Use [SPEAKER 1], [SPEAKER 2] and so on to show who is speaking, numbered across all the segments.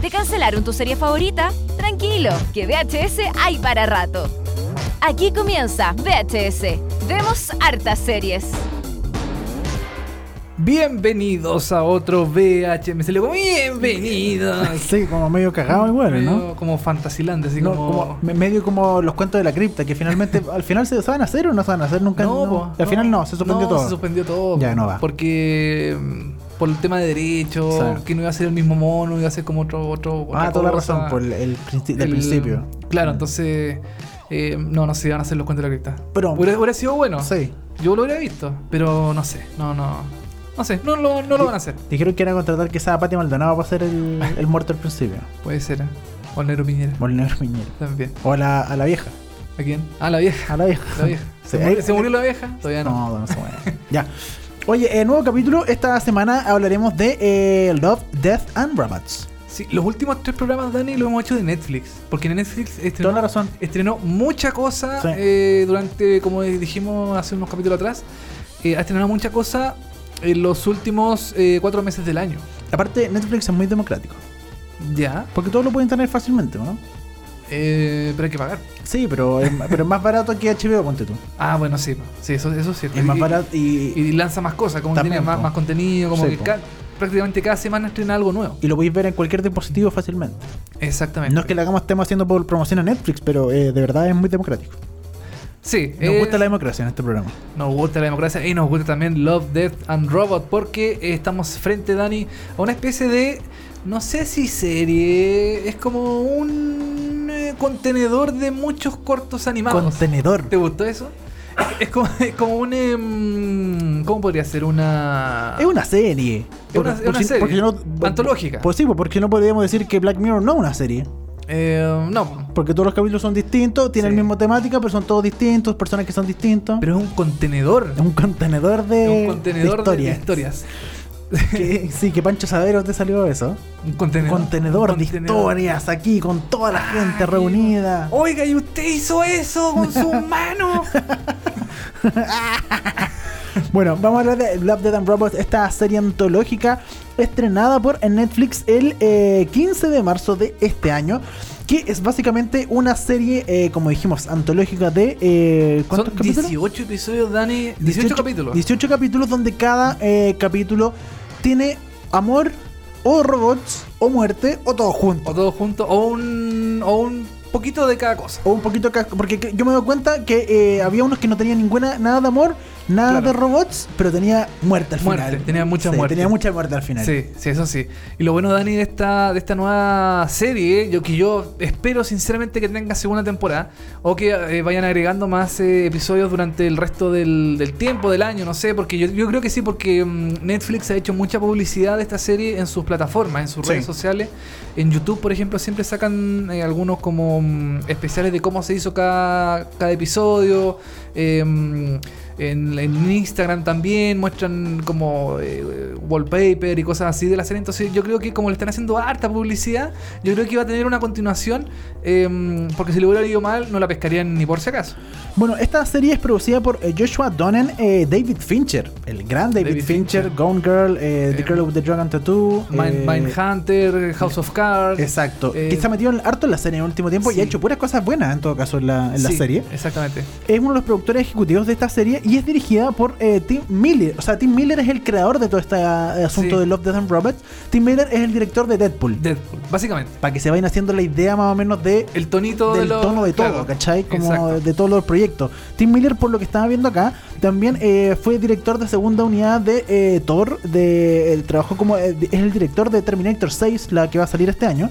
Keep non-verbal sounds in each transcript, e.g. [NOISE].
[SPEAKER 1] ¿Te cancelaron tu serie favorita? Tranquilo, que VHS hay para rato. Aquí comienza VHS. Vemos hartas series.
[SPEAKER 2] Bienvenidos a otro VHM. Se le bienvenidos.
[SPEAKER 3] Sí, como medio cagado igual, Ah, ¿no?
[SPEAKER 2] Medio Como fantasilante, así
[SPEAKER 3] No,
[SPEAKER 2] como...
[SPEAKER 3] como- me- medio como los cuentos de la cripta, que
[SPEAKER 2] [LAUGHS]
[SPEAKER 3] finalmente, al final se van a hacer o no se van a hacer nunca.
[SPEAKER 2] No, po,
[SPEAKER 3] al final no, se suspendió
[SPEAKER 2] Se
[SPEAKER 3] todo.
[SPEAKER 2] suspendió todo.
[SPEAKER 3] Ya, no va.
[SPEAKER 2] Porque mm, por el tema de derechos,
[SPEAKER 3] Claro.
[SPEAKER 2] que no iba a ser el mismo mono, iba a ser como otro... otro
[SPEAKER 3] ah,
[SPEAKER 2] otra
[SPEAKER 3] toda la
[SPEAKER 2] cosa.
[SPEAKER 3] razón, por el, el princi- del
[SPEAKER 2] El-
[SPEAKER 3] principio.
[SPEAKER 2] Claro,
[SPEAKER 3] Mm.
[SPEAKER 2] entonces... eh, no, no se iban a hacer los cuentos de la cripta.
[SPEAKER 3] Pero-
[SPEAKER 2] Hubiera, hubiera sido bueno.
[SPEAKER 3] Sí.
[SPEAKER 2] Yo lo hubiera visto, pero no sé. No, no... No sé, no, lo- no lo van a hacer.
[SPEAKER 3] Dijeron que era contratar quizás a Pati Maldonado para ser el, el muerto al principio.
[SPEAKER 2] Puede ser. ¿eh? O el negro Piñera.
[SPEAKER 3] O el negro Piñera.
[SPEAKER 2] También.
[SPEAKER 3] O a la, a la vieja.
[SPEAKER 2] ¿A quién? Ah, la vieja.
[SPEAKER 3] A la [LAUGHS] vieja.
[SPEAKER 2] La vieja.
[SPEAKER 3] Sí.
[SPEAKER 2] ¿Se, murió, se murió la vieja? Todavía no.
[SPEAKER 3] No, no se mueve. ya. Oye, eh, nuevo capítulo. Esta semana hablaremos de eh, Love, Death and Robots.
[SPEAKER 2] Sí, los últimos tres programas, Dani, lo hemos hecho de Netflix. Porque en Netflix
[SPEAKER 3] Toda la
[SPEAKER 2] estrenó,
[SPEAKER 3] razón.
[SPEAKER 2] estrenó mucha cosa
[SPEAKER 3] Sí.
[SPEAKER 2] eh, durante, como dijimos hace unos capítulos atrás, eh, ha estrenado mucha cosa en los últimos eh, cuatro meses del año.
[SPEAKER 3] Aparte, Netflix es muy democrático.
[SPEAKER 2] Ya,
[SPEAKER 3] Porque todos lo pueden tener fácilmente, ¿no?
[SPEAKER 2] eh, pero hay que pagar.
[SPEAKER 3] Sí, pero es, [LAUGHS] pero es más barato que HBO, ponte tú.
[SPEAKER 2] Ah, bueno, sí, po. sí eso, eso es cierto.
[SPEAKER 3] Es
[SPEAKER 2] Y-
[SPEAKER 3] más barato
[SPEAKER 2] Y,
[SPEAKER 3] y,
[SPEAKER 2] y lanza más cosas, como que
[SPEAKER 3] También,
[SPEAKER 2] tiene más,
[SPEAKER 3] po.
[SPEAKER 2] más contenido, como
[SPEAKER 3] Sí,
[SPEAKER 2] que
[SPEAKER 3] po.
[SPEAKER 2] ca- prácticamente cada semana estrena algo nuevo.
[SPEAKER 3] y lo podéis ver en cualquier dispositivo fácilmente.
[SPEAKER 2] Exactamente.
[SPEAKER 3] No es que la hagamos estemos haciendo por promoción a Netflix, pero eh, de verdad es muy democrático.
[SPEAKER 2] Sí,
[SPEAKER 3] Nos
[SPEAKER 2] eh,
[SPEAKER 3] gusta la democracia en este programa.
[SPEAKER 2] Nos gusta la democracia y nos gusta también Love, Death and Robot porque eh, estamos frente, Dani, a una especie de, no sé si serie, es como un eh, contenedor de muchos cortos animados.
[SPEAKER 3] Contenedor.
[SPEAKER 2] ¿Te gustó eso? Es como, es como un... em, ¿Cómo podría ser? Una...
[SPEAKER 3] Es una serie.
[SPEAKER 2] Es una- es una serie.
[SPEAKER 3] por-
[SPEAKER 2] Antológica.
[SPEAKER 3] Pues sí, pues porque no podríamos decir que Black Mirror no es una serie.
[SPEAKER 2] Eh, no,
[SPEAKER 3] Porque todos los capítulos son distintos, tienen
[SPEAKER 2] Sí.
[SPEAKER 3] la misma temática, pero son todos distintos, personas que son distintos.
[SPEAKER 2] pero es un contenedor.
[SPEAKER 3] es un contenedor de,
[SPEAKER 2] Es un contenedor de- de,
[SPEAKER 3] historias.
[SPEAKER 2] historias.
[SPEAKER 3] [LAUGHS] Que- sí, que Pancho Sadero te salió eso.
[SPEAKER 2] Un contenedor.
[SPEAKER 3] contenedor,
[SPEAKER 2] Un
[SPEAKER 3] de historias aquí con toda la gente reunida.
[SPEAKER 2] Oiga, ¿y usted hizo eso con
[SPEAKER 3] [LAUGHS]
[SPEAKER 2] su mano?
[SPEAKER 3] Bueno, vamos a hablar de Love, Dead and Robots, esta serie antológica estrenada por Netflix el eh, 15 de marzo de este año, que es básicamente una serie, eh, como dijimos, antológica de... eh,
[SPEAKER 2] Son
[SPEAKER 3] ¿Cuántos capítulos?
[SPEAKER 2] 18 episodios, Dani. 18, capítulos.
[SPEAKER 3] 18 capítulos donde cada eh, capítulo tiene amor o robots o muerte o todo junto.
[SPEAKER 2] O todos juntos. O un, o un poquito de cada cosa.
[SPEAKER 3] O un poquito acá, porque que- yo me doy cuenta que eh, había unos que no tenían ninguna, nada de amor, nada
[SPEAKER 2] Claro.
[SPEAKER 3] de robots, pero tenía muerte al
[SPEAKER 2] Muerte,
[SPEAKER 3] final.
[SPEAKER 2] tenía mucha
[SPEAKER 3] Sí,
[SPEAKER 2] muerte.
[SPEAKER 3] Tenía mucha muerte al final.
[SPEAKER 2] Sí, sí, eso sí. Y lo bueno, Dani, de esta, de esta nueva serie, yo que yo espero sinceramente que tenga segunda temporada o que eh, vayan agregando más eh, episodios durante el resto del, del tiempo, del año, no sé, porque yo, yo creo que sí, porque mm, Netflix ha hecho mucha publicidad de esta serie en sus plataformas, en sus
[SPEAKER 3] Sí.
[SPEAKER 2] redes sociales. En YouTube, por ejemplo, siempre sacan eh, algunos como mm, especiales de cómo se hizo cada, cada episodio. em, en, en Instagram también muestran como eh, wallpaper y cosas así de la serie. Entonces yo creo que como le están haciendo harta publicidad, yo creo que iba a tener una continuación. em, porque si le hubiera ido mal, no la pescarían ni por si acaso.
[SPEAKER 3] Bueno, esta serie es producida por eh, Joshua Donen, eh, David Fincher, el gran David,
[SPEAKER 2] David
[SPEAKER 3] Fincher,
[SPEAKER 2] Fincher.
[SPEAKER 3] Gone Girl, eh, The
[SPEAKER 2] Eh,
[SPEAKER 3] Girl with the Dragon Tattoo. eh,
[SPEAKER 2] Mind, Hunter, House of Cards.
[SPEAKER 3] Exacto,
[SPEAKER 2] eh,
[SPEAKER 3] que se ha metido en- harto en la serie en el último tiempo y
[SPEAKER 2] sí.
[SPEAKER 3] ha hecho puras cosas buenas en todo caso en la, en la
[SPEAKER 2] Sí,
[SPEAKER 3] serie.
[SPEAKER 2] Exactamente.
[SPEAKER 3] Es uno de los productores ejecutivos de esta serie y es dirigida por eh, Tim Miller. O sea, Tim Miller es el creador de todo este eh, asunto
[SPEAKER 2] Sí.
[SPEAKER 3] de Love, Death and Robots. Tim Miller es el director de Deadpool.
[SPEAKER 2] Deadpool, básicamente.
[SPEAKER 3] para que se vayan haciendo la idea más o menos de
[SPEAKER 2] El tonito de
[SPEAKER 3] del
[SPEAKER 2] los-
[SPEAKER 3] tono de todo,
[SPEAKER 2] claro,
[SPEAKER 3] ¿cachai? Como
[SPEAKER 2] exacto.
[SPEAKER 3] de todos los proyectos. Tim Miller, por lo que estaba viendo acá, también eh, fue director de segunda unidad de eh, Thor, de, eh, trabajó como, eh, es el director de Terminator 6, la que va a salir este año,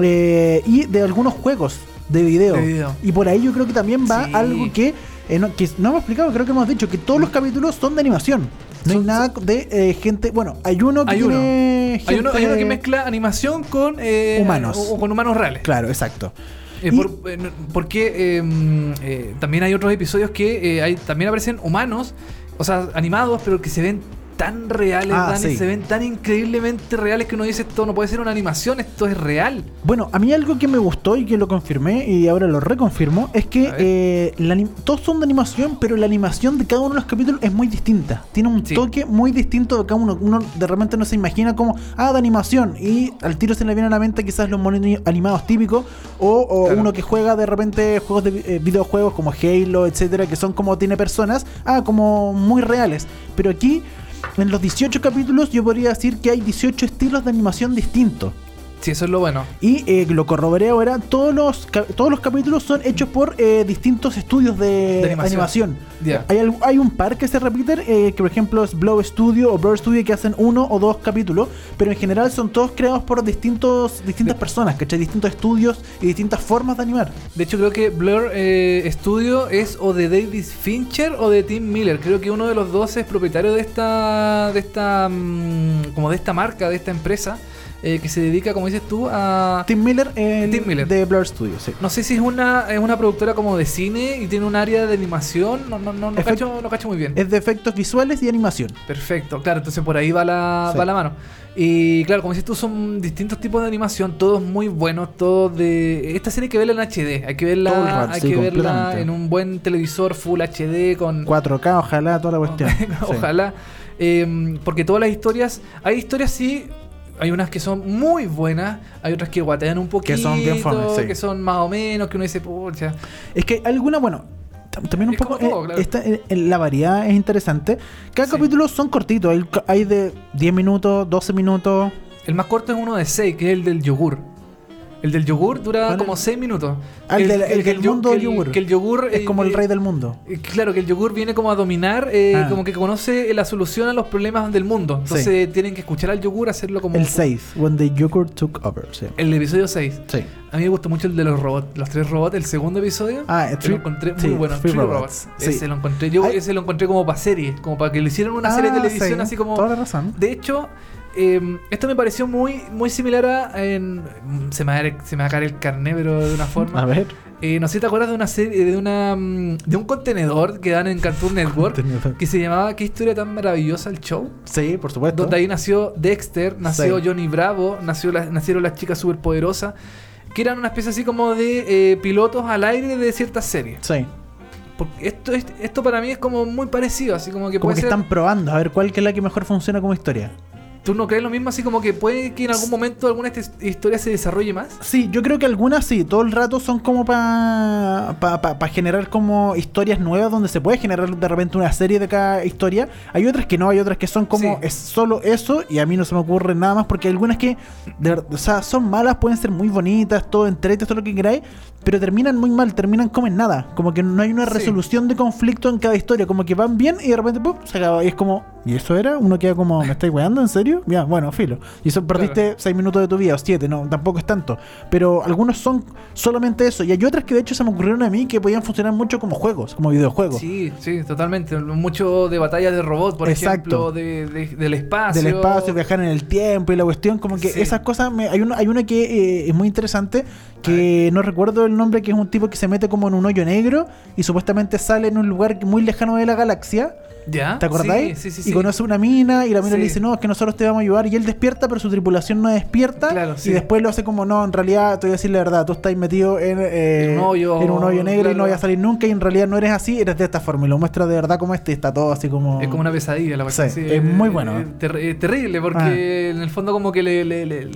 [SPEAKER 3] eh, y de algunos juegos de video.
[SPEAKER 2] De video.
[SPEAKER 3] Y por ahí yo creo que también va
[SPEAKER 2] Sí.
[SPEAKER 3] algo que, eh, no, que no hemos explicado, creo que hemos dicho, que todos los capítulos son de animación. No hay
[SPEAKER 2] Mm. Son-
[SPEAKER 3] nada de eh, gente, bueno, hay uno que
[SPEAKER 2] Hay uno.
[SPEAKER 3] tiene
[SPEAKER 2] Hay uno, hay uno que
[SPEAKER 3] gente-
[SPEAKER 2] mezcla animación con eh,
[SPEAKER 3] Humanos.
[SPEAKER 2] O, o con humanos reales.
[SPEAKER 3] Claro, exacto.
[SPEAKER 2] Eh,
[SPEAKER 3] Y-
[SPEAKER 2] por- eh, no- porque eh, mm, eh, también hay otros episodios que eh, hay, también aparecen humanos, o sea, animados, pero que se ven tan reales,
[SPEAKER 3] Ah,
[SPEAKER 2] Dani,
[SPEAKER 3] sí.
[SPEAKER 2] se ven tan increíblemente reales que uno dice esto no puede ser una animación, esto es real.
[SPEAKER 3] Bueno, a mí algo que me gustó y que lo confirmé y ahora lo reconfirmo es que
[SPEAKER 2] A ver.
[SPEAKER 3] eh, la anim- todos son de animación, pero la animación de cada uno de los capítulos es muy distinta. Tiene un
[SPEAKER 2] Sí.
[SPEAKER 3] toque muy distinto de cada uno. Uno de repente no se imagina como, ah, de animación. Y al tiro se le viene a la mente quizás los monos animados típicos o, o
[SPEAKER 2] Claro.
[SPEAKER 3] uno que juega de repente juegos de vi- eh, videojuegos como Halo, etcétera, que son como tiene personas, ah, como muy reales. Pero aquí. En los 18 capítulos yo podría decir que hay 18 estilos de animación distintos.
[SPEAKER 2] Sí, eso es lo bueno.
[SPEAKER 3] Y eh, lo corroboré ahora, todos los, ca- todos los capítulos son hechos por eh, distintos estudios de,
[SPEAKER 2] animación.
[SPEAKER 3] animación.
[SPEAKER 2] Ya.
[SPEAKER 3] Hay, al- hay un par que se repiten, eh, que por ejemplo es Blow Studio o Bird Studio que hacen uno o dos capítulos, pero en general son todos creados por distintos, distintas
[SPEAKER 2] De-
[SPEAKER 3] personas, ¿cachai? Distintos estudios y distintas formas de animar.
[SPEAKER 2] De hecho, creo que Blur eh, Studio es o de David Fincher o de Tim Miller. Creo que uno de los dos es propietario de esta, de esta, mm, como de esta marca, de esta empresa eh, que se dedica, como dices tú, a
[SPEAKER 3] Tim Miller, el
[SPEAKER 2] Tim Miller.
[SPEAKER 3] de Blur Studio, sí.
[SPEAKER 2] No sé si es una, es una productora como de cine y tiene un área de animación. No, no, no, no,
[SPEAKER 3] Efect-
[SPEAKER 2] cacho, no cacho muy bien.
[SPEAKER 3] Es de efectos visuales y animación.
[SPEAKER 2] Perfecto, claro, entonces por ahí va la,
[SPEAKER 3] Sí.
[SPEAKER 2] va la mano. Y claro, como dices tú, son distintos tipos de animación, todos muy buenos, todos de... Esta serie hay que verla en HD, hay que verla,
[SPEAKER 3] Todo el rato,
[SPEAKER 2] hay
[SPEAKER 3] sí,
[SPEAKER 2] que verla
[SPEAKER 3] completamente.
[SPEAKER 2] en un buen televisor Full HD con...
[SPEAKER 3] 4K, ojalá, toda la
[SPEAKER 2] [LAUGHS]
[SPEAKER 3] cuestión. Sí.
[SPEAKER 2] Ojalá. Eh, porque todas las historias, hay historias sí, hay unas que son muy buenas, hay otras que guatean un poquito,
[SPEAKER 3] Que son bien fome, sí.
[SPEAKER 2] que son más o menos, que uno dice, pucha,
[SPEAKER 3] Es que alguna, bueno, tam- también un
[SPEAKER 2] Es
[SPEAKER 3] poco.
[SPEAKER 2] como todo,
[SPEAKER 3] eh,
[SPEAKER 2] claro.
[SPEAKER 3] esta- eh, eh, la variedad es interesante. Cada
[SPEAKER 2] Sí.
[SPEAKER 3] capítulo son cortitos. Hay, ca- hay de 10 minutos, 12 minutos.
[SPEAKER 2] El más corto es uno de 6, que es el del yogur. El del yogur dura
[SPEAKER 3] ¿Cuál es?
[SPEAKER 2] como 6 minutos.
[SPEAKER 3] Ah, el del- el del
[SPEAKER 2] yo-
[SPEAKER 3] mundo
[SPEAKER 2] que
[SPEAKER 3] del yogur.
[SPEAKER 2] Que el yogur
[SPEAKER 3] Es como el rey del mundo.
[SPEAKER 2] eh, Claro, que el yogur viene como a dominar, eh,
[SPEAKER 3] Ah.
[SPEAKER 2] como que conoce la solución a los problemas del mundo. Entonces
[SPEAKER 3] Sí.
[SPEAKER 2] tienen que escuchar al yogur hacerlo como.
[SPEAKER 3] El 6, When the Yogurt Took Over. Sí.
[SPEAKER 2] El episodio 6.
[SPEAKER 3] Sí.
[SPEAKER 2] A mí me gustó mucho el de los robots, los tres robots, el segundo episodio.
[SPEAKER 3] Ah,
[SPEAKER 2] que
[SPEAKER 3] Three-
[SPEAKER 2] lo encontré muy
[SPEAKER 3] sí,
[SPEAKER 2] bueno.
[SPEAKER 3] Three
[SPEAKER 2] Three
[SPEAKER 3] Robots.
[SPEAKER 2] Robots.
[SPEAKER 3] Sí.
[SPEAKER 2] Ese lo encontré. Yo
[SPEAKER 3] Ay.
[SPEAKER 2] ese lo encontré como para serie, como para que lo hicieran una serie de
[SPEAKER 3] Ah,
[SPEAKER 2] televisión
[SPEAKER 3] sí,
[SPEAKER 2] así como.
[SPEAKER 3] Toda la razón.
[SPEAKER 2] De hecho, eh, esto me pareció muy, muy similar a. en- se, me va a, dar- se me va a caer el carné, pero de una
[SPEAKER 3] A
[SPEAKER 2] forma.
[SPEAKER 3] ver.
[SPEAKER 2] Eh, no sé si te acuerdas de una serie, de una mm, de un contenedor que dan en Cartoon Network que se llamaba Qué historia tan maravillosa el show.
[SPEAKER 3] [LAUGHS] Sí, por supuesto.
[SPEAKER 2] Donde ahí nació Dexter, nació
[SPEAKER 3] Sí.
[SPEAKER 2] Johnny Bravo, nació la- nacieron las chicas superpoderosas, que eran una especie así como de eh, pilotos al aire de ciertas series.
[SPEAKER 3] Sí.
[SPEAKER 2] Porque esto, es- esto para mí es como muy parecido, así como que
[SPEAKER 3] Como
[SPEAKER 2] puede
[SPEAKER 3] que
[SPEAKER 2] ser-
[SPEAKER 3] están probando a ver cuál que es la que mejor funciona como historia.
[SPEAKER 2] ¿Tú no crees lo mismo? Así como que puede que en algún momento alguna esta- historia se desarrolle más.
[SPEAKER 3] Sí, yo creo que algunas sí, todo el rato son como para pa, pa- pa generar como historias nuevas donde se puede generar de repente una serie de cada historia. Hay otras que no, hay otras que son como
[SPEAKER 2] Sí.
[SPEAKER 3] es solo eso y a mí no se me ocurre nada más porque hay algunas que de ver- o sea, son malas, pueden ser muy bonitas, todo entrete, todo lo que queráis, pero terminan muy mal, terminan como en nada, como que no hay una
[SPEAKER 2] Sí.
[SPEAKER 3] resolución de conflicto en cada historia, como que van bien y de repente ¡pum! se acaba y es como ¿y eso era? Uno queda como ¿me estáis weando? ¿En serio? Ya, bueno, filo. Y eso perdiste
[SPEAKER 2] Claro.
[SPEAKER 3] 6 minutos de tu vida o 7, no, tampoco es tanto. Pero algunos son solamente eso. Y hay otras que de hecho se me ocurrieron a mí que podían funcionar mucho como juegos, como videojuegos.
[SPEAKER 2] Sí, sí, totalmente. Mucho de batallas de robot, por ejemplo,
[SPEAKER 3] Exacto.
[SPEAKER 2] de, de- del espacio.
[SPEAKER 3] Del espacio, viajar en el tiempo y la cuestión, como que
[SPEAKER 2] Sí.
[SPEAKER 3] esas cosas. me- hay, una, hay una que eh, es muy interesante, que no recuerdo el nombre, que es un tipo que se mete como en un hoyo negro y supuestamente sale en un lugar muy lejano de la galaxia.
[SPEAKER 2] ¿Ya?
[SPEAKER 3] ¿Te acordáis?
[SPEAKER 2] Ah, Sí, sí, sí. sí.
[SPEAKER 3] Y conoce una mina y la mina
[SPEAKER 2] Sí.
[SPEAKER 3] le dice, no, es que nosotros te vamos a ayudar. Y él despierta, pero su tripulación no despierta.
[SPEAKER 2] Claro, sí.
[SPEAKER 3] Y después lo hace como, no, en realidad, te voy a decir la verdad, tú estás metido en, eh,
[SPEAKER 2] En un hoyo,
[SPEAKER 3] en un hoyo negro y
[SPEAKER 2] claro.
[SPEAKER 3] no vas a salir nunca y en realidad no eres así, eres de esta forma. Y lo muestra de verdad como este, está todo así como...
[SPEAKER 2] Es como una pesadilla la cuestión,
[SPEAKER 3] Sí, es muy bueno.
[SPEAKER 2] eh, ter- eh, terrible, porque
[SPEAKER 3] Ah.
[SPEAKER 2] en el fondo como que le, le- le-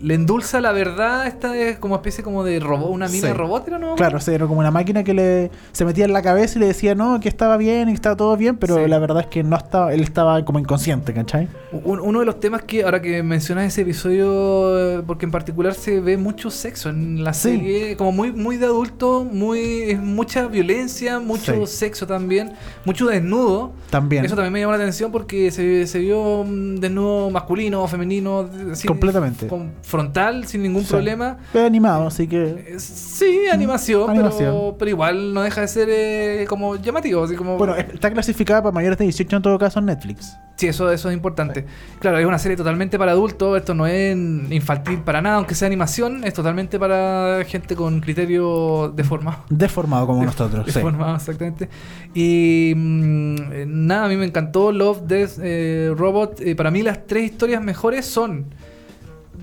[SPEAKER 2] le endulza la verdad esta es como especie como de robot, una mina
[SPEAKER 3] Sí.
[SPEAKER 2] robot, ¿era no?
[SPEAKER 3] [LAUGHS] Claro, o sea, era como una máquina que le se metía en la cabeza y le decía, no, que estaba bien y que estaba todo bien, pero
[SPEAKER 2] Sí.
[SPEAKER 3] la verdad es que no estaba, él estaba como inconsciente, ¿cachai?
[SPEAKER 2] Un- uno de los temas que ahora que mencionas ese episodio, eh, porque en particular se ve mucho sexo en la
[SPEAKER 3] Sí.
[SPEAKER 2] serie, como muy muy de adulto, muy es mucha violencia, mucho
[SPEAKER 3] Sí.
[SPEAKER 2] sexo también, mucho desnudo.
[SPEAKER 3] También.
[SPEAKER 2] Eso también me llamó la atención porque se, se vio mm, desnudo masculino, femenino, así,
[SPEAKER 3] Completamente.
[SPEAKER 2] con frontal, sin ningún
[SPEAKER 3] Sí.
[SPEAKER 2] problema.
[SPEAKER 3] Pero animado, así que.
[SPEAKER 2] Eh, Sí, animación, pero-
[SPEAKER 3] animación.
[SPEAKER 2] Pero, igual no deja de ser eh, como llamativo, así como...
[SPEAKER 3] Bueno, está clasificada para mayores de 18 en todo caso en Netflix.
[SPEAKER 2] Sí, eso, eso es importante. Claro, es una serie totalmente para adultos, esto no es infantil para nada, aunque sea animación, es totalmente para gente con criterio deformado.
[SPEAKER 3] Deformado como nosotros. sí.
[SPEAKER 2] Deformado, exactamente. Y mm, eh, nada, a mí me encantó Love, Death, eh, Robot. Eh, para mí las tres historias mejores son...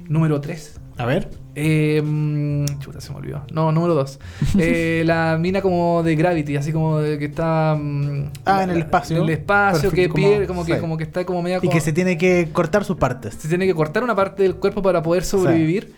[SPEAKER 2] Número 3.
[SPEAKER 3] A ver.
[SPEAKER 2] chuta, se me olvidó. No, número
[SPEAKER 3] [LAUGHS]
[SPEAKER 2] 2. la mina como de Gravity, así como de que está... mm,
[SPEAKER 3] Ah, en
[SPEAKER 2] la-
[SPEAKER 3] el espacio.
[SPEAKER 2] En el espacio,
[SPEAKER 3] Perfecto,
[SPEAKER 2] que
[SPEAKER 3] como-
[SPEAKER 2] pierde, como, que,
[SPEAKER 3] sí.
[SPEAKER 2] como que está como media...
[SPEAKER 3] Y que
[SPEAKER 2] como-
[SPEAKER 3] se tiene que cortar sus partes.
[SPEAKER 2] se tiene que cortar una parte del cuerpo para poder sobrevivir.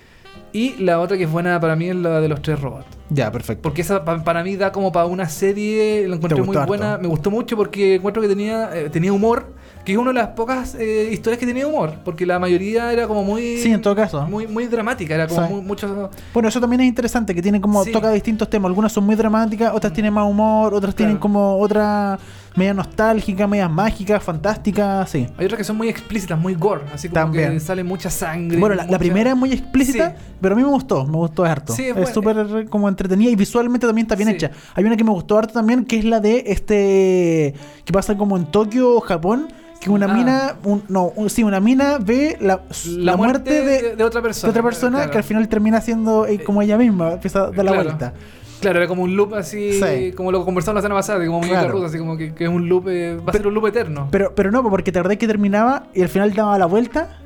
[SPEAKER 2] Y la otra que es buena para mí es la de los tres robots.
[SPEAKER 3] Ya, perfecto.
[SPEAKER 2] Porque esa pa- para mí da como para una serie, la encontré
[SPEAKER 3] Te
[SPEAKER 2] muy
[SPEAKER 3] gustó
[SPEAKER 2] buena.
[SPEAKER 3] harto.
[SPEAKER 2] Me gustó mucho porque encuentro que tenía, eh, tenía humor, que es una de las pocas eh, historias que tenía humor. Porque la mayoría era como muy.
[SPEAKER 3] Sí, en todo caso.
[SPEAKER 2] Muy, muy dramática, era como
[SPEAKER 3] Sí.
[SPEAKER 2] muy- mucho.
[SPEAKER 3] Bueno, eso también es interesante, que tiene como
[SPEAKER 2] Sí. Mm.
[SPEAKER 3] toca distintos temas. Algunas son muy dramáticas, otras tienen más humor, otras tienen
[SPEAKER 2] Claro.
[SPEAKER 3] como otra media nostálgica, media mágica, fantástica, sí.
[SPEAKER 2] Hay otras que son muy explícitas, muy gore, así como
[SPEAKER 3] También.
[SPEAKER 2] que sale mucha sangre.
[SPEAKER 3] Bueno, la, la
[SPEAKER 2] mucha-
[SPEAKER 3] primera es muy explícita,
[SPEAKER 2] Sí.
[SPEAKER 3] pero a mí me gustó, me gustó harto.
[SPEAKER 2] Sí, es
[SPEAKER 3] es
[SPEAKER 2] buena.
[SPEAKER 3] súper como entretenida y visualmente también está bien
[SPEAKER 2] Sí.
[SPEAKER 3] hecha. Hay una que me gustó harto también, que es la de este que pasa como en Tokio o Japón, que una
[SPEAKER 2] Ah.
[SPEAKER 3] mina, un- no, un- sí, una mina ve la,
[SPEAKER 2] La, muerte, de, de otra persona.
[SPEAKER 3] otra persona
[SPEAKER 2] claro.
[SPEAKER 3] que al final termina siendo eh, como ella misma, empieza a dar la
[SPEAKER 2] Claro.
[SPEAKER 3] vuelta.
[SPEAKER 2] Claro, era como un loop así,
[SPEAKER 3] Sí.
[SPEAKER 2] como lo conversamos la semana pasada, que como muñeca
[SPEAKER 3] Claro.
[SPEAKER 2] rusa, así como que, que es un loop, eh, va a ser un loop eterno. Pero,
[SPEAKER 3] Pero, pero no, porque te acordás que terminaba y al final daba la vuelta.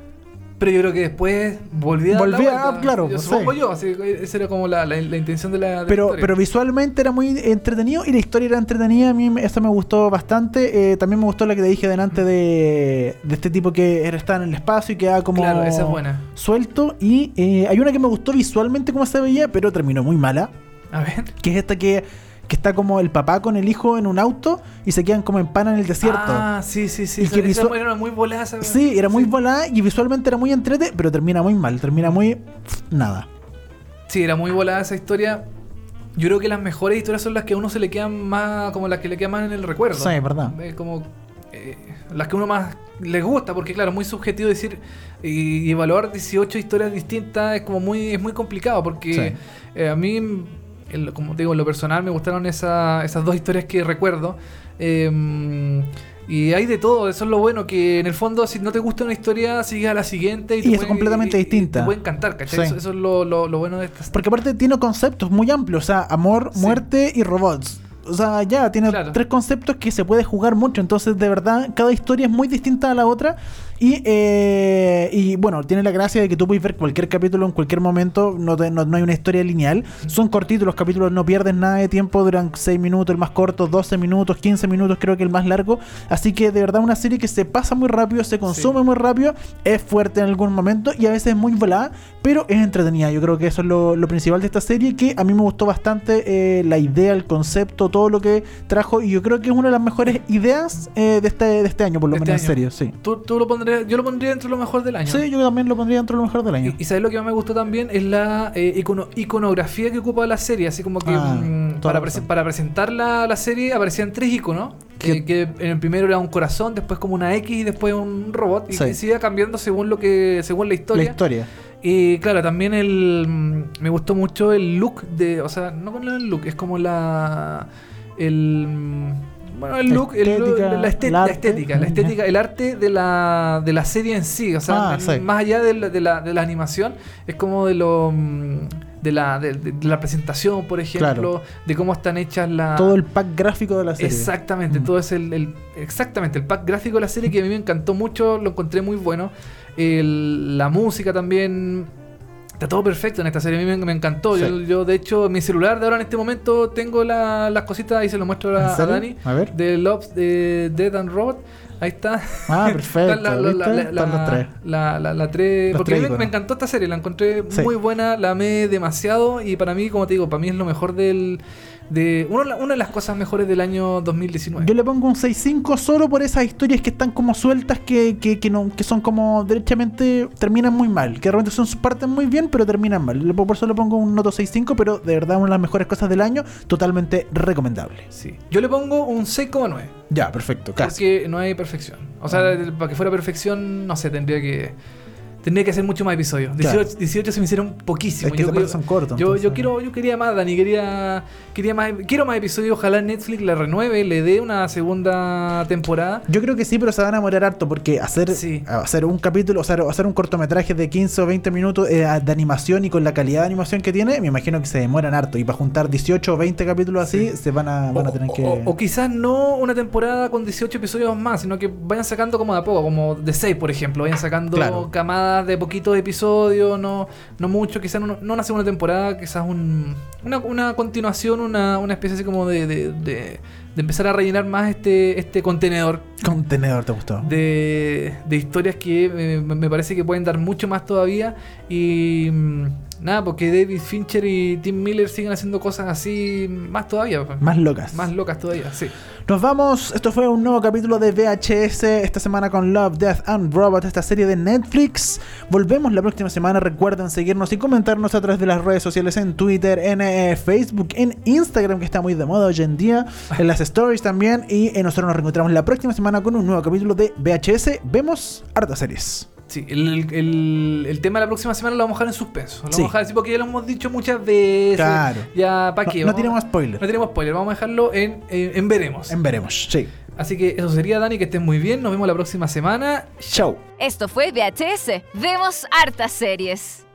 [SPEAKER 2] yo creo que después volvía a dar la
[SPEAKER 3] Volvía,
[SPEAKER 2] vuelta.
[SPEAKER 3] ah, claro,
[SPEAKER 2] Yo
[SPEAKER 3] pues,
[SPEAKER 2] supongo
[SPEAKER 3] sí.
[SPEAKER 2] yo, así que esa era como la, la- la intención de la, de la
[SPEAKER 3] Pero,
[SPEAKER 2] historia.
[SPEAKER 3] pero visualmente era muy entretenido y la historia era entretenida. A mí me- esa me gustó bastante. Eh, también me gustó la que te dije delante de, de este tipo que era- estaba en el espacio y quedaba como
[SPEAKER 2] Claro, esa es buena.
[SPEAKER 3] suelto. Y eh, hay una que me gustó visualmente como se veía, pero terminó muy mala.
[SPEAKER 2] A ver.
[SPEAKER 3] Que es esta que, que está como el papá con el hijo en un auto y se quedan como en pana en el desierto.
[SPEAKER 2] Ah, sí, sí, sí.
[SPEAKER 3] Y
[SPEAKER 2] esa-
[SPEAKER 3] que
[SPEAKER 2] esa
[SPEAKER 3] visual-
[SPEAKER 2] era muy volada. esa-
[SPEAKER 3] Sí, era muy volada y visualmente era muy entrete, pero termina muy mal. Termina muy pff, nada.
[SPEAKER 2] Sí, era muy volada esa historia. Yo creo que las mejores historias son las que a uno se le quedan más, como las que le quedan más en el recuerdo.
[SPEAKER 3] Sí, verdad.
[SPEAKER 2] Eh, como eh, las que uno más les gusta, porque claro, muy subjetivo decir y, y evaluar 18 historias distintas es como muy es muy complicado, porque
[SPEAKER 3] Sí.
[SPEAKER 2] eh, a mí, en lo- como te digo, en lo personal me gustaron esa- esas dos historias que recuerdo. Eh, y hay de todo, eso es lo bueno, que en el fondo si no te gusta una historia, sigue a la siguiente
[SPEAKER 3] Y
[SPEAKER 2] te
[SPEAKER 3] es
[SPEAKER 2] puede-
[SPEAKER 3] completamente
[SPEAKER 2] y- y
[SPEAKER 3] distinta.
[SPEAKER 2] Te puede encantar, ¿cachai?
[SPEAKER 3] Sí.
[SPEAKER 2] Eso, eso es lo, lo- lo bueno de estas.
[SPEAKER 3] Porque aparte tiene conceptos muy amplios, o sea, amor,
[SPEAKER 2] Sí.
[SPEAKER 3] muerte y robots. O sea, ya tiene
[SPEAKER 2] Claro.
[SPEAKER 3] tres conceptos que se puede jugar mucho, entonces de verdad cada historia es muy distinta a la otra y, eh, y bueno, tiene la gracia de que tú puedes ver cualquier capítulo en cualquier momento, no, te- no, no hay una historia lineal, son cortitos los capítulos, no pierdes nada de tiempo, duran 6 minutos el más corto, 12 minutos, 15 minutos creo que el más largo, así que de verdad una serie que se pasa muy rápido, se consume muy rápido, es fuerte en algún momento y a veces es muy volada, pero es entretenida. Yo creo que eso es lo, lo principal de esta serie, que a mí me gustó bastante eh, la idea, el concepto, todo lo que trajo y yo creo que es una de las mejores ideas eh, de, este, de este año, por lo
[SPEAKER 2] De este
[SPEAKER 3] menos en serio,
[SPEAKER 2] año.
[SPEAKER 3] sí.
[SPEAKER 2] Tú, tú lo pondrías, yo lo pondría dentro de lo mejor del año.
[SPEAKER 3] Sí, yo también lo pondría dentro de lo mejor del año.
[SPEAKER 2] Y, y sabes lo que más me gustó también es la eh, icono- iconografía que ocupa la serie, así como que
[SPEAKER 3] Ah,
[SPEAKER 2] mm,
[SPEAKER 3] toda
[SPEAKER 2] para,
[SPEAKER 3] la razón.
[SPEAKER 2] presen- para presentar la, la serie aparecían tres iconos, que, que en el primero era un corazón, después como una X y después un robot, y
[SPEAKER 3] Sí.
[SPEAKER 2] que se iba cambiando según lo que, según la historia.
[SPEAKER 3] La historia.
[SPEAKER 2] Y claro, también el mm, me gustó mucho el look de, o sea, no con el look, es como la el mm, bueno, el look, el look,
[SPEAKER 3] Estética,
[SPEAKER 2] la, este-
[SPEAKER 3] el
[SPEAKER 2] la
[SPEAKER 3] arte.
[SPEAKER 2] estética, la estética, el arte de la, de la serie en sí, o sea,
[SPEAKER 3] Ah, sí.
[SPEAKER 2] más allá de la, de la, de la animación, es como de lo mm, de la, de, de- de la presentación, por ejemplo,
[SPEAKER 3] Claro.
[SPEAKER 2] de cómo están hechas las
[SPEAKER 3] Todo el pack gráfico de la serie.
[SPEAKER 2] Exactamente,
[SPEAKER 3] Mm.
[SPEAKER 2] todo es el, el- exactamente el pack gráfico de la serie que a mí me encantó mucho, lo encontré muy bueno. El- la música también está todo perfecto en esta serie, a mí me, me encantó.
[SPEAKER 3] Sí.
[SPEAKER 2] Yo, yo, de hecho mi celular de ahora en este momento tengo la- las cositas y se lo muestro
[SPEAKER 3] ¿En
[SPEAKER 2] a, a
[SPEAKER 3] serio?
[SPEAKER 2] Dani
[SPEAKER 3] A ver.
[SPEAKER 2] de Love eh, Dead and Robot. Ahí está.
[SPEAKER 3] Ah,
[SPEAKER 2] [LAUGHS]
[SPEAKER 3] perfecto.
[SPEAKER 2] Están la- la- la-
[SPEAKER 3] ¿viste?
[SPEAKER 2] la-
[SPEAKER 3] Están los tres.
[SPEAKER 2] la- la- la tres-
[SPEAKER 3] Los
[SPEAKER 2] Porque a
[SPEAKER 3] tres
[SPEAKER 2] mí me,
[SPEAKER 3] iconos.
[SPEAKER 2] me encantó esta serie, la encontré
[SPEAKER 3] Sí.
[SPEAKER 2] muy buena, la amé demasiado y para mí, como te digo, para mí es lo mejor del... De, uno, de la- una de las cosas mejores del año 2019.
[SPEAKER 3] Yo le pongo un 6.5 solo por esas historias que están como sueltas, que, que, que no, que son como derechamente terminan muy mal. Que realmente son parten muy bien, pero terminan mal. Le- Por eso le pongo un noto 6.5, pero de verdad una de las mejores cosas del año, totalmente recomendable.
[SPEAKER 2] Sí. Yo le pongo un 6,9.
[SPEAKER 3] Ya, perfecto, Ah.
[SPEAKER 2] Porque no hay perfección. O sea, para que fuera perfección, no sé, tendría que Tendría que hacer mucho más episodios. 18,
[SPEAKER 3] Claro.
[SPEAKER 2] 18 se me hicieron poquísimos.
[SPEAKER 3] Es que aparte son cortos,
[SPEAKER 2] Yo, yo
[SPEAKER 3] entonces.
[SPEAKER 2] quiero, yo quería más, Dani. Quería, quería más, quiero más episodios. Ojalá Netflix la renueve, le dé una segunda temporada.
[SPEAKER 3] Yo creo que sí, pero se van a morir harto porque hacer,
[SPEAKER 2] Sí.
[SPEAKER 3] hacer un capítulo, o sea, hacer un cortometraje de 15 o 20 minutos eh, de animación y con la calidad de animación que tiene, me imagino que se demoran harto. Y para juntar 18 o 20 capítulos así, se van a, van a
[SPEAKER 2] O-
[SPEAKER 3] tener
[SPEAKER 2] o,
[SPEAKER 3] que...
[SPEAKER 2] o- o quizás no una temporada con 18 episodios más, sino que vayan sacando como de a poco, como de 6, por ejemplo. Vayan sacando
[SPEAKER 3] Claro.
[SPEAKER 2] camadas de poquitos episodios, no, no mucho. Quizás no, no una segunda temporada, quizás un, una, una continuación, una, una especie así como de, de, de- de empezar a rellenar más este, este contenedor
[SPEAKER 3] Contenedor, ¿te gustó?
[SPEAKER 2] de, de historias que eh, me, me parece que pueden dar mucho más todavía. Y mm, nada, porque David Fincher y Tim Miller siguen haciendo cosas así más todavía. pues.
[SPEAKER 3] Más locas.
[SPEAKER 2] Más locas todavía, sí.
[SPEAKER 3] Nos vamos. Esto fue un nuevo capítulo de VHS. Esta semana con Love, Death and Robot, esta serie de Netflix. Volvemos la próxima semana. Recuerden seguirnos y comentarnos a través de las redes sociales en Twitter, en eh, Facebook, en Instagram, que está muy de moda hoy en día.
[SPEAKER 2] Ah.
[SPEAKER 3] En las stories también. Y eh, nosotros nos reencontramos la próxima semana con un nuevo capítulo de VHS. Vemos hartas series.
[SPEAKER 2] Sí, el, el- el tema de la próxima semana lo vamos a dejar en suspenso. Lo vamos
[SPEAKER 3] Sí.
[SPEAKER 2] a dejar así porque ya lo hemos dicho muchas veces.
[SPEAKER 3] Claro.
[SPEAKER 2] Ya, ¿para
[SPEAKER 3] No,
[SPEAKER 2] qué?
[SPEAKER 3] no
[SPEAKER 2] Vamos-
[SPEAKER 3] tenemos spoiler.
[SPEAKER 2] No tenemos spoiler, vamos a dejarlo en, en- en veremos.
[SPEAKER 3] En veremos. Sí.
[SPEAKER 2] Así que eso sería, Dani, que estén muy bien. Nos vemos la próxima semana.
[SPEAKER 3] Chau.
[SPEAKER 1] Esto fue VHS. Vemos hartas series.